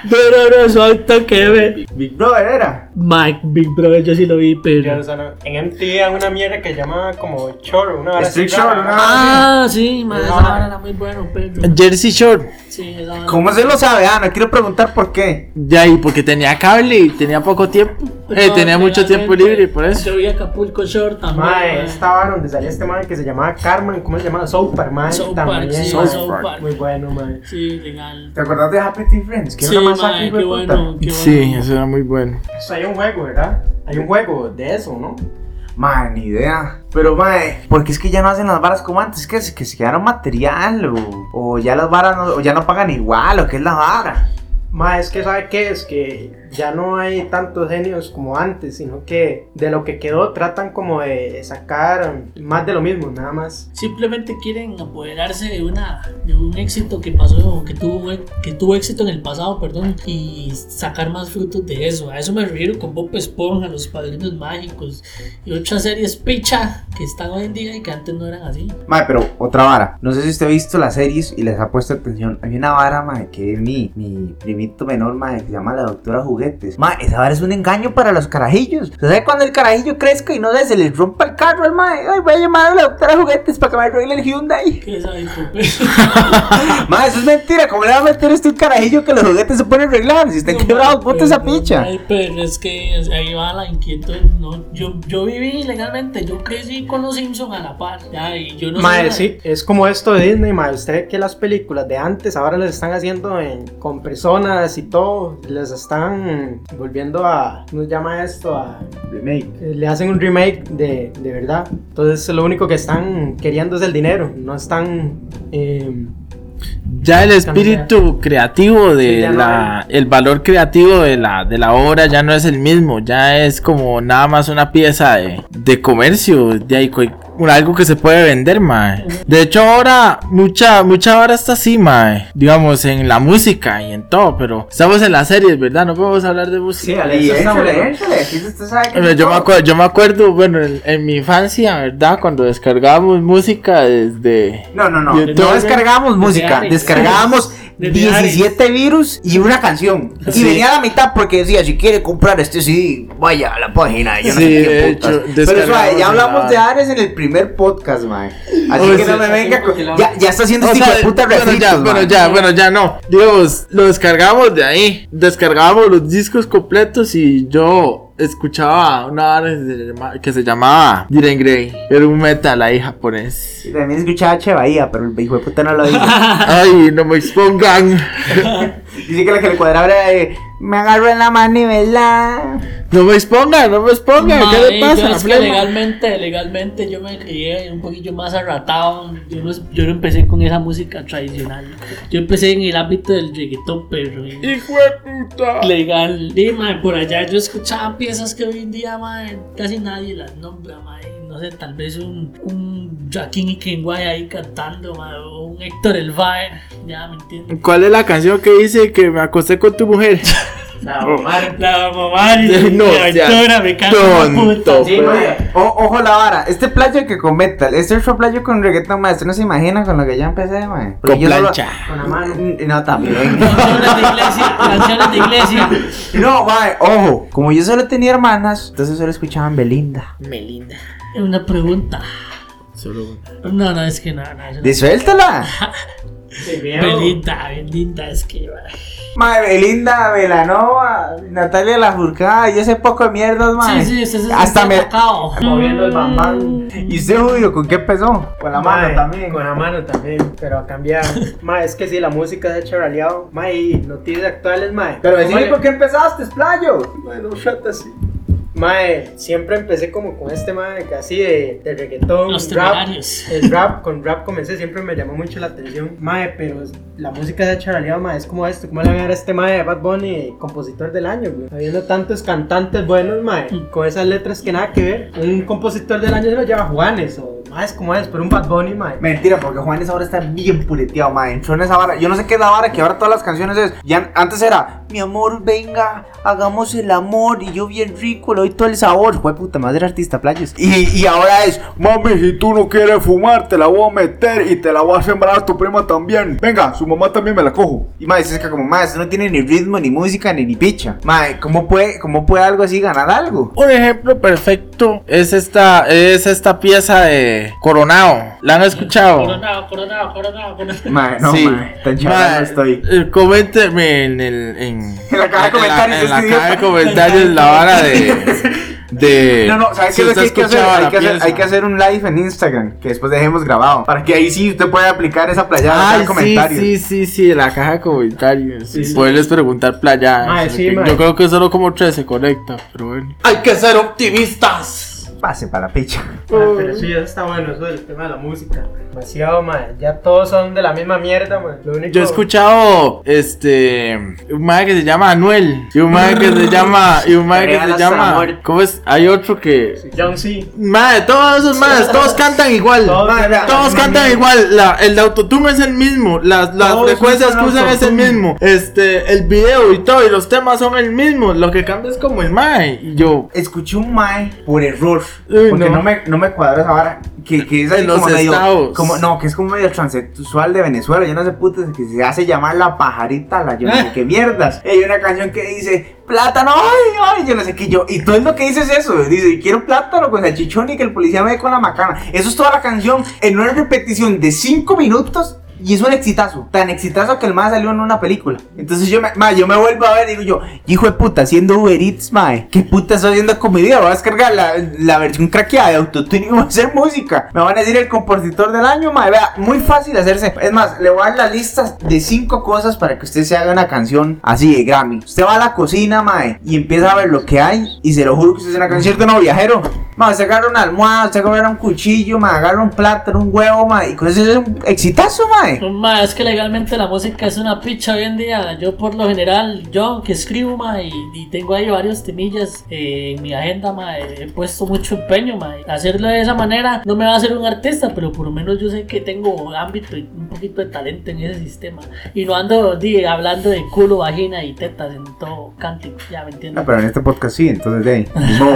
Speaker 2: No, no, no, suave toque, ve.
Speaker 1: Big Brother era.
Speaker 2: Mike, Big Brother, yo sí lo vi,
Speaker 5: Ya, o
Speaker 2: pero.
Speaker 5: sea, no- En MTV había una mierda que llamaba como Choro, una vara
Speaker 1: Street
Speaker 5: así rara,
Speaker 1: Choro,
Speaker 5: ¿no?
Speaker 1: una vara-
Speaker 2: Ah, sí, man, esa
Speaker 5: Ajá.
Speaker 2: vara era muy bueno, pero.
Speaker 3: Jersey Shore.
Speaker 2: Sí, esa vara.
Speaker 1: ¿Cómo se lo sabe? Ah, no quiero preguntar por qué.
Speaker 3: Ya, y porque tenía cable y tenía poco tiempo. Eh,
Speaker 2: Pues No,
Speaker 3: tenía mucho tiempo
Speaker 2: legalmente,
Speaker 3: libre, por eso.
Speaker 2: Yo vi Acapulco Short también.
Speaker 5: Mae,
Speaker 2: man.
Speaker 5: esta vara donde salía este mae que se llamaba Carmen, ¿cómo se llamaba? South Park, mae.
Speaker 2: South
Speaker 5: también,
Speaker 2: Park, sí,
Speaker 5: mae.
Speaker 2: South Park.
Speaker 5: Muy bueno, mae.
Speaker 2: Sí, legal.
Speaker 1: ¿Te acordás de Happy Tea Friends? Que
Speaker 2: Sí,
Speaker 1: era una masacre,
Speaker 2: man,
Speaker 1: hijo
Speaker 2: qué
Speaker 1: de puta?
Speaker 2: bueno, qué bueno.
Speaker 3: Sí, eso era muy bueno.
Speaker 5: Eso hay un juego, ¿verdad? Hay un juego de eso, ¿no?
Speaker 1: Mae, ni idea. Pero, mae, porque es que ya no hacen las varas como antes, que se, que se quedaron material, o, o ya las varas no, o ya no pagan igual, o qué es la vara.
Speaker 5: Mae, es que ¿sabe qué? Es que ya no hay tantos genios como antes, sino que de lo que quedó tratan como de sacar más de lo mismo, nada más.
Speaker 2: Simplemente quieren apoderarse de una de un éxito que pasó, que tuvo e- que tuvo éxito en el pasado, perdón, y sacar más frutos de eso. A eso me refiero con Bob Esponja, los Padrinos Mágicos y otras series picha que están hoy en día y que antes no eran así.
Speaker 1: Mae, pero otra vara. No sé si usted ha visto las series y les ha puesto atención. Hay una vara, mae, que es mi, mi primito menor, mae, que se llama la doctora juguetes. Mae, esa vara es un engaño para los carajillos. ¿Usted sabe cuando el carajillo crezca y no sé, se les rompa el carro al mae? Ay, voy a llamar a la doctora juguetes para que me arregle el Hyundai.
Speaker 2: ¿Qué sabe,
Speaker 5: [LAUGHS]
Speaker 1: [LAUGHS] mae, eso es mentira. ¿Cómo le va a meter usted un carajillo que los juguetes se pueden arreglar? Si están quebrados, ponte
Speaker 3: eh,
Speaker 1: esa picha.
Speaker 2: Ay, pero es que ahí va la inquietud. No, yo, yo viví legalmente, yo crecí con los Simpsons a la par. Ya, y yo no sabía-
Speaker 5: Mae, sí, es como esto de Disney, mae. Usted ve que las películas de antes ahora las están haciendo en- con personas y todo. Les están volviendo a. ¿Cómo se llama esto? A Eh, le hacen un remake de, de verdad. Entonces lo único que están queriendo es el dinero, no están... eh,
Speaker 3: Ya el espíritu creativo
Speaker 5: Sí,
Speaker 3: de
Speaker 5: ya no
Speaker 3: la, el valor creativo de la, de la obra ya no es el mismo, ya es como nada más una pieza de, de comercio, de ahí, cual- un- algo que se puede vender, mae. De hecho ahora mucha, mucha hora está así, mae, digamos en la música y en todo, pero estamos en las series, ¿verdad? No podemos hablar de música.
Speaker 5: sí,
Speaker 1: Y
Speaker 5: Alexa está
Speaker 1: échale,
Speaker 5: bueno.
Speaker 1: échale. Aquí usted sabe que
Speaker 3: Bueno, yo, me
Speaker 1: todo.
Speaker 3: acuerdo, yo me acuerdo, bueno, en, en mi infancia, ¿verdad? Cuando descargábamos música desde...
Speaker 1: No, no, no.
Speaker 3: Y entonces-
Speaker 1: No descargábamos música.
Speaker 2: Ares.
Speaker 1: Descargábamos
Speaker 2: Desde
Speaker 1: 17 virus y una canción. Y
Speaker 3: Sí.
Speaker 1: venía a la mitad porque decía, si quiere comprar este CD, vaya a la página. Yo no
Speaker 3: Sí,
Speaker 1: sé qué
Speaker 3: de
Speaker 1: putas.
Speaker 3: hecho,
Speaker 1: Pero
Speaker 3: descargábamos
Speaker 1: suave, ya hablamos
Speaker 3: la-
Speaker 1: de Ares en el primer podcast, mae. Así
Speaker 3: O
Speaker 1: que
Speaker 3: sea,
Speaker 1: no me venga con...
Speaker 5: porque la-
Speaker 1: Ya, ya está haciendo este
Speaker 3: O
Speaker 1: tipo
Speaker 3: sea,
Speaker 1: de puta
Speaker 3: bueno,
Speaker 1: refritos,
Speaker 3: ya, bueno,
Speaker 1: mae.
Speaker 3: ya, bueno, ya no. Dios, lo descargábamos de ahí. Descargábamos los discos completos y yo escuchaba una banda que se llama- que se llamaba Diren Grey. Era un metal
Speaker 2: [LAUGHS]
Speaker 3: ahí japonés.
Speaker 1: También escuchaba Che Bahía, pero el hijo de puta no lo dijo.
Speaker 3: Ay, no me expongan. [LAUGHS]
Speaker 1: Dice que la que le cuadraba era de... Me agarro en la manivela.
Speaker 3: No me expongan, no me expongan. ¿Qué
Speaker 2: Madre,
Speaker 3: le
Speaker 2: yo
Speaker 3: pasa?
Speaker 2: es que legalmente, legalmente yo me crié un poquillo más arratado. Yo no, yo no empecé con esa música tradicional. Yo empecé en el ámbito del reggaetón, pero y-
Speaker 3: Hijo de puta.
Speaker 2: legal. Y, mae, por allá yo escuchaba piezas que hoy en día mae, casi nadie las nombra. mae, y No no sé, tal vez un, un Joaquín y Kenguay ahí cantando, ma, o un Héctor El Vae, ya me entiendes.
Speaker 3: ¿Cuál es la canción que dice que me acosté con tu
Speaker 2: [LAUGHS]
Speaker 3: mujer?
Speaker 2: La mamá y
Speaker 3: [LAUGHS] No,
Speaker 2: la
Speaker 3: o sea,
Speaker 2: aventura me cago en la puta.
Speaker 3: tonto,
Speaker 2: Sí,
Speaker 3: pero-
Speaker 2: ma.
Speaker 1: O- ojo la vara, este playo que con metal, este otro playo con reggaeton, mae, usted no se imagina con lo que yo empecé, mae. Porque
Speaker 3: Con
Speaker 1: yo no lo-
Speaker 3: plancha.
Speaker 5: Con la mano.
Speaker 1: Mm, No, también. [LAUGHS]
Speaker 2: Canciones de iglesia, canciones de iglesia.
Speaker 1: no, mae, ojo, como yo solo tenía hermanas, entonces solo escuchaban Belinda.
Speaker 2: Melinda. Una pregunta.
Speaker 3: Solo-
Speaker 2: No, no, es que no, no. yo no-
Speaker 1: Disuéltala.
Speaker 2: [LAUGHS]
Speaker 5: Sí, bien.
Speaker 2: Belinda, Belinda, es que. ma.
Speaker 1: Mae, Belinda, Velanova, Natalia Lafourcade y ese poco de mierdas, mae.
Speaker 2: Sí, sí, usted se
Speaker 1: Hasta me-
Speaker 2: Mm.
Speaker 5: Moviendo el bambán.
Speaker 1: ¿Y usted, Julio, con qué empezó? Con la mano
Speaker 5: Mae,
Speaker 1: también.
Speaker 5: Con la mano también, pero a cambiar. [LAUGHS] ma, es que sí, la música de Charaleado. Ma, y noticias actuales, ma.
Speaker 1: Pero
Speaker 5: ¿Cómo
Speaker 1: decime
Speaker 5: le-
Speaker 1: por qué empezaste, playo.
Speaker 5: Bueno, rata sí. Mae, siempre empecé como con este mae, casi de, de reggaetón,
Speaker 2: Los
Speaker 5: rap.
Speaker 2: temerarios.
Speaker 5: El rap, con rap comencé, siempre me llamó mucho la atención. Mae, pero la música de Charaleado, mae, es como esto, como le van a dar a este mae de Bad Bunny, compositor del año, güey. Habiendo tantos cantantes buenos, mae,
Speaker 2: Mm.
Speaker 5: con esas letras que nada que ver. Un compositor del año se lo lleva Juanes, o mae, es como es, pero un Bad Bunny, mae.
Speaker 1: Mentira, porque Juanes ahora está bien puleteado, mae. Entró en esa vara. Yo no sé qué es la vara que ahora todas las canciones es. Ya antes era, mi amor, venga, hagamos el amor. Y yo bien rico, le doy todo el sabor. Fue puta madre artista, playos.
Speaker 6: Y, y ahora es, mami, si tú no quieres fumar, te la voy a meter y te la voy a sembrar a tu prima también. Venga, su mamá también me la cojo.
Speaker 1: Y mae, es que como, mae, eso no tiene ni ritmo, ni música, ni, ni picha. Mae, ¿cómo puede, ¿cómo puede algo así ganar algo?
Speaker 3: Un ejemplo perfecto es esta, es esta pieza de Coronado. ¿La han escuchado?
Speaker 2: Coronado, coronado, coronado, coronado.
Speaker 1: Mae, no,
Speaker 3: Sí.
Speaker 1: mae. Tan chingada
Speaker 3: Mae,
Speaker 1: no estoy.
Speaker 3: eh, coménteme en el. En,
Speaker 1: [LAUGHS] En la caja de
Speaker 3: en la-
Speaker 1: comentarios,
Speaker 3: en la
Speaker 1: este [LAUGHS]
Speaker 3: caja de
Speaker 1: idiota.
Speaker 3: comentarios, la vara de. de
Speaker 1: No, no, ¿sabes
Speaker 3: Eh, si
Speaker 1: qué es lo que hay
Speaker 3: usted
Speaker 1: que hacer?
Speaker 3: escuchaba
Speaker 1: Hay
Speaker 3: la
Speaker 1: que hacer,
Speaker 3: pieza.
Speaker 1: hay que hacer un live en Instagram que después dejemos grabado. Para que ahí sí usted pueda aplicar esa playada en
Speaker 3: Ay,
Speaker 1: los comentarios.
Speaker 3: Ah, sí, sí, sí, sí, la caja de comentarios. y Poderles preguntar playadas.
Speaker 5: Mae, sí,
Speaker 3: porque
Speaker 5: mae.
Speaker 3: yo creo que solo como tres se conecta, pero bueno. Hay que ser optimistas.
Speaker 1: Pase para la picha.
Speaker 5: Ah, pero sí, eso está bueno, eso del tema de la música. Demasiado, man. Ya todos son de la misma mierda, man. Lo único.
Speaker 3: Yo he escuchado este un madre que se llama Anuel y un madre que se llama y un madre que
Speaker 1: Real
Speaker 3: se
Speaker 1: hasta la muerte.
Speaker 3: llama ¿Cómo es? Hay otro que
Speaker 5: John C.
Speaker 3: Madre, todos esos madres, todos cantan igual.
Speaker 5: Todos
Speaker 3: Madre,
Speaker 5: cantan
Speaker 3: todos
Speaker 5: la misma
Speaker 3: cantan
Speaker 5: mierda.
Speaker 3: igual. La, el de autotune es el mismo. Las, las
Speaker 5: Todos
Speaker 3: frecuencias que
Speaker 5: usan
Speaker 3: usan es el
Speaker 5: autotune.
Speaker 3: mismo. Este, el video y todo, y los temas son el mismo. Lo que cambia es como el mae. Y yo, [LAUGHS]
Speaker 1: Escuché un mae por error.
Speaker 3: Uy,
Speaker 1: porque
Speaker 3: no.
Speaker 1: no. me, no me cuadra esa vara. Que, que es así
Speaker 3: En los
Speaker 1: como medio.
Speaker 3: estados.
Speaker 1: Como, no, que es como medio transexual de Venezuela. Yo no sé putas que se hace llamar la pajarita, la yo no sé qué mierdas. Y Hay una canción que dice plátano, ay, ay, yo no sé qué yo. Y todo lo que dice es eso. Dice, quiero plátano con salchichón y que el policía me dé con la macana. Eso es toda la canción en una repetición de 5 minutos. Y es un exitazo, tan exitazo que el más salió en una película. Entonces yo me, mae, yo me vuelvo a ver y digo yo, hijo de puta, haciendo Uber Eats, mae. ¿Qué puta estoy haciendo con mi vida? Voy a descargar la, la versión craqueada de Autotune y voy a hacer música. Me van a decir el compositor del año, mae. Vea, muy fácil hacerse. Es más, le voy a dar la lista de cinco cosas para que usted se haga una canción así de Grammy. Usted va a la cocina, mae, y empieza a ver lo que hay. Y se lo juro que usted es una canción de no viajero. Mae, usted agarra una almohada, usted agarra un cuchillo, mae, agarra un plátano, un huevo, mae. Y con eso es un exitazo, mae.
Speaker 2: Ma, es que legalmente la música es una picha hoy en día. Yo, por lo general, yo que escribo, ma, y, y tengo ahí varios temillas eh, en mi agenda, ma, eh, he puesto mucho empeño, ma. Hacerlo de esa manera no me va a hacer un artista, pero por lo menos yo sé que tengo ámbito y un poquito de talento en ese sistema. Y no ando di, hablando de culo, vagina y tetas en todo cántico, ya me entiendes.
Speaker 1: No, pero en este podcast sí, entonces de ahí.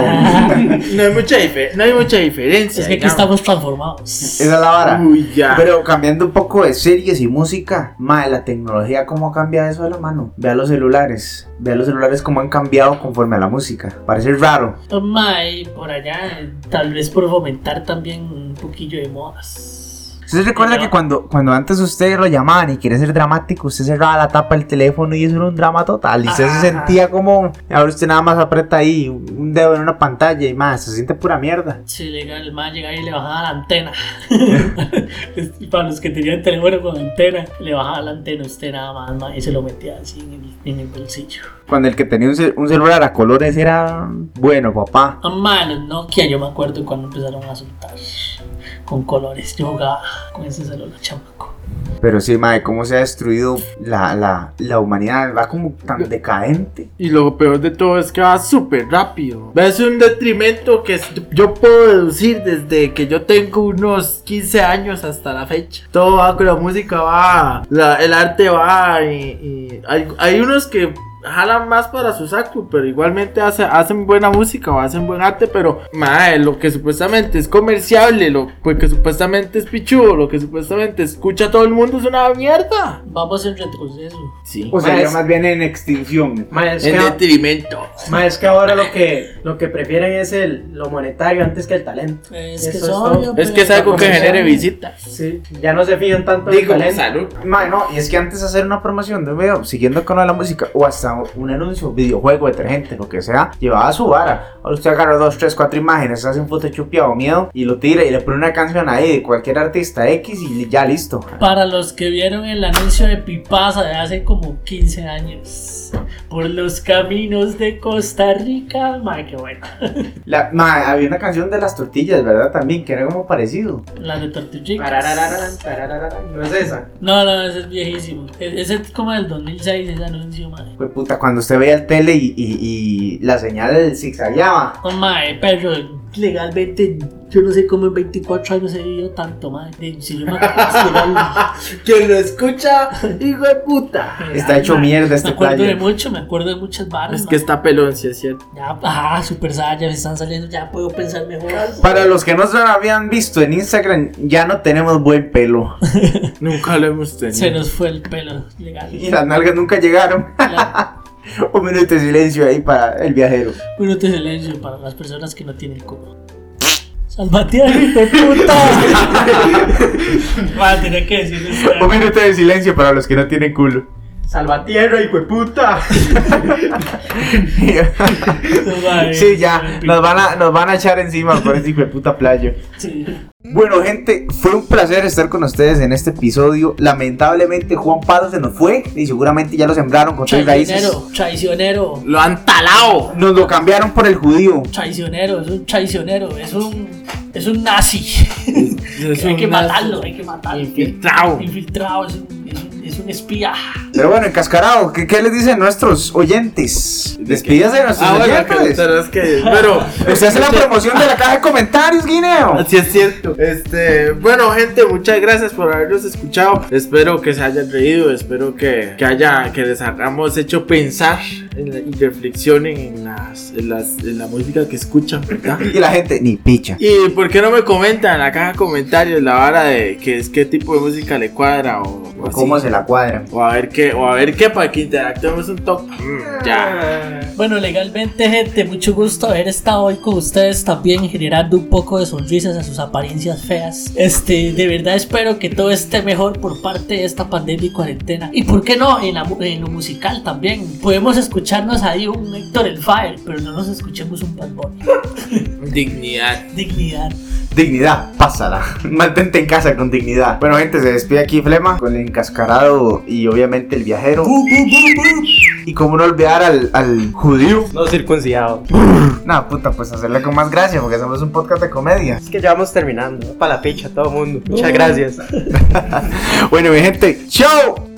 Speaker 3: [LAUGHS] no hay mucha, dife- no hay mucha diferencia.
Speaker 2: es que aquí
Speaker 3: digamos.
Speaker 2: estamos transformados.
Speaker 1: Esa es la vara.
Speaker 3: Uy, ya.
Speaker 1: Pero cambiando un poco de series y música, madre, la tecnología, ¿cómo cambia eso de la mano? Vea los celulares, vea los celulares cómo han cambiado conforme a la música. Parece raro.
Speaker 2: Ma, y por allá, eh, tal vez por fomentar también un poquillo de modas.
Speaker 1: ¿Usted recuerda
Speaker 2: Yo-
Speaker 1: que cuando, cuando antes usted lo llamaban y quería ser dramático, usted cerraba la tapa del teléfono y eso era un drama total? Y usted
Speaker 2: Ajá.
Speaker 1: se sentía como, ahora usted nada más aprieta ahí un dedo en una pantalla y más, se siente pura mierda.
Speaker 2: Sí, legal, el man llegaba y le bajaba la antena. [LAUGHS] Este, Para los que tenían teléfono con antena, le bajaba la antena a usted nada más, ma, y se lo metía así en el, en el bolsillo.
Speaker 1: Cuando el que tenía un, ce- un celular a colores era, bueno, papá,
Speaker 2: Ah, ma, los Nokia, yo me acuerdo cuando empezaron a soltar con colores. Yo jugaba con ese celular chamaco.
Speaker 1: Pero sí, mae, cómo se ha destruido la, la, la humanidad. Va como tan decadente.
Speaker 3: Y lo peor de todo es que va súper rápido. Es un detrimento que es- yo puedo deducir desde que yo tengo unos 15 años hasta la fecha. Todo va con la música, va, la- el arte va y, y hay, hay unos que jalan más para su saco, pero igualmente hace- hacen buena música o hacen buen arte, pero mae, lo que supuestamente es comerciable, lo pues, que supuestamente es pichudo, lo que supuestamente escucha todo el mundo es una mierda.
Speaker 2: Vamos en retroceso.
Speaker 3: Sí.
Speaker 1: O sea,
Speaker 5: Mae,
Speaker 1: ya
Speaker 5: es-
Speaker 1: más bien en extinción.
Speaker 5: Mae, es,
Speaker 3: En
Speaker 5: que,
Speaker 3: detrimento.
Speaker 5: mae, es que
Speaker 3: [LAUGHS]
Speaker 5: ahora lo que, lo que prefieren es el, lo monetario antes que el talento.
Speaker 2: Es
Speaker 5: Eso
Speaker 2: que
Speaker 5: es
Speaker 2: es
Speaker 5: todo.
Speaker 2: obvio, pues.
Speaker 3: Es
Speaker 2: pero-
Speaker 3: que es algo que
Speaker 5: Comercial.
Speaker 3: genere visitas.
Speaker 5: Sí, ya no se fijan tanto en el
Speaker 3: Digo,
Speaker 5: talento.
Speaker 3: salud.
Speaker 1: Mae, no, y es que antes de hacer una promoción de un video, siguiendo con lo de la música, o hasta un anuncio, videojuego, detergente, lo que sea, llevaba su vara. Ahora usted agarra dos, tres, cuatro imágenes, hace un chupiado miedo y lo tira y le pone una canción ahí de cualquier artista X y ya listo.
Speaker 2: Para los que vieron el anuncio de Pipasa de hace como 15 años. Por los caminos de Costa Rica. Madre, qué bueno. [LAUGHS]
Speaker 1: La, mae, había una canción de las tortillas, ¿verdad? También, que era como parecido.
Speaker 2: La de
Speaker 5: Parararararán,
Speaker 2: Tortuguitas.
Speaker 5: parararararán. No es esa.
Speaker 2: No, no, ese es viejísimo. E- Ese es como del 2006, ese anuncio, madre.
Speaker 1: Fue puta, cuando usted veía el tele y, y- y la señal zigzagueaba.
Speaker 2: No, madre, pero Oh, legalmente yo no sé cómo en 24 años he vivido tanto, madre. De- Si yo me
Speaker 3: Quien lo escucha, hijo de puta.
Speaker 1: [LAUGHS] Está hecho
Speaker 2: mierda
Speaker 1: mierda
Speaker 2: Me
Speaker 5: [LAUGHS]
Speaker 1: este
Speaker 2: acuerdo de
Speaker 1: player.
Speaker 2: mucho, me acuerdo de muchas barras.
Speaker 3: Es que está pelón, sí es cierto.
Speaker 2: Ya, ajá, super sad, ya me están saliendo, ya puedo pensar mejor.
Speaker 1: Para los que no se lo habían visto en Instagram, ya no tenemos buen [LAUGHS] pelo.
Speaker 3: Nunca lo hemos tenido.
Speaker 2: Se nos fue el pelo legal.
Speaker 1: Y las nalgas nunca llegaron. [LAUGHS]
Speaker 2: La-
Speaker 1: Un minuto de silencio ahí para el viajero.
Speaker 2: Minuto de silencio para las personas que no tienen culo. Salvate ahí, de puta. Madre, tenía que decir
Speaker 1: Un minuto de silencio para los que no tienen culo.
Speaker 5: Salvatierra, hijo de puta.
Speaker 1: [LAUGHS]
Speaker 2: eh,
Speaker 1: sí, ya, nos van, a, nos van a echar encima por ese hijo de puta playo.
Speaker 2: Sí.
Speaker 1: Bueno, gente, fue un placer estar con ustedes en este episodio. Lamentablemente, Juan Pablo se nos fue y seguramente ya lo sembraron con tres raíces.
Speaker 2: Traicionero, traicionero,
Speaker 3: Lo han talado.
Speaker 1: Nos lo cambiaron por el judío.
Speaker 2: traicionero, es un traicionero, es un, es un nazi. [LAUGHS] hay que matarlo, hay que matarlo.
Speaker 3: Infiltrado.
Speaker 2: Infiltrado, es un, es un- es un espía.
Speaker 1: Pero bueno, encascarado, ¿qué, qué les dicen nuestros oyentes? Despídase de nuestros
Speaker 3: Ah, bueno, que,
Speaker 1: oyentes.
Speaker 3: pero es que. Pero.
Speaker 1: Usted hace la promoción de la caja de comentarios, Guineo.
Speaker 3: Así es cierto. Este, bueno, gente, muchas gracias por habernos escuchado. Espero que se hayan reído, espero que, que haya que les hayamos hecho pensar en la- y reflexionen en las, en las en la música que escuchan, ¿verdad?
Speaker 1: Y la gente, ni picha.
Speaker 3: ¿Y por qué no me comentan en la caja de comentarios la vara de que es qué tipo de música le cuadra o, o así?
Speaker 1: ¿Cómo se la cuadran?
Speaker 3: O a ver qué, o a ver qué para que interactuemos un top. Mm, ya.
Speaker 2: Bueno, legalmente, gente, mucho gusto haber estado hoy con ustedes también, generando un poco de sonrisas a sus apariencias feas. Este, de verdad espero que todo esté mejor por parte de esta pandemia y cuarentena. Y por qué no, en, la mu- en lo musical también. Podemos escucharnos ahí un Héctor el Fire, pero no nos escuchemos un Bad Bunny.
Speaker 3: Dignidad.
Speaker 2: Dignidad.
Speaker 1: Dignidad, pásala. [LAUGHS] Mantente en casa con dignidad. Bueno, gente, se despide aquí Flema con el encascarado y obviamente el viajero. Y como no olvidar al, al judío.
Speaker 5: No circuncidado.
Speaker 1: Nah, puta, pues hacerle con más gracia porque somos un podcast de comedia.
Speaker 5: Es que ya Uh. vamos terminando. Para la picha, todo el mundo. Muchas gracias.
Speaker 1: Bueno, mi gente, chao.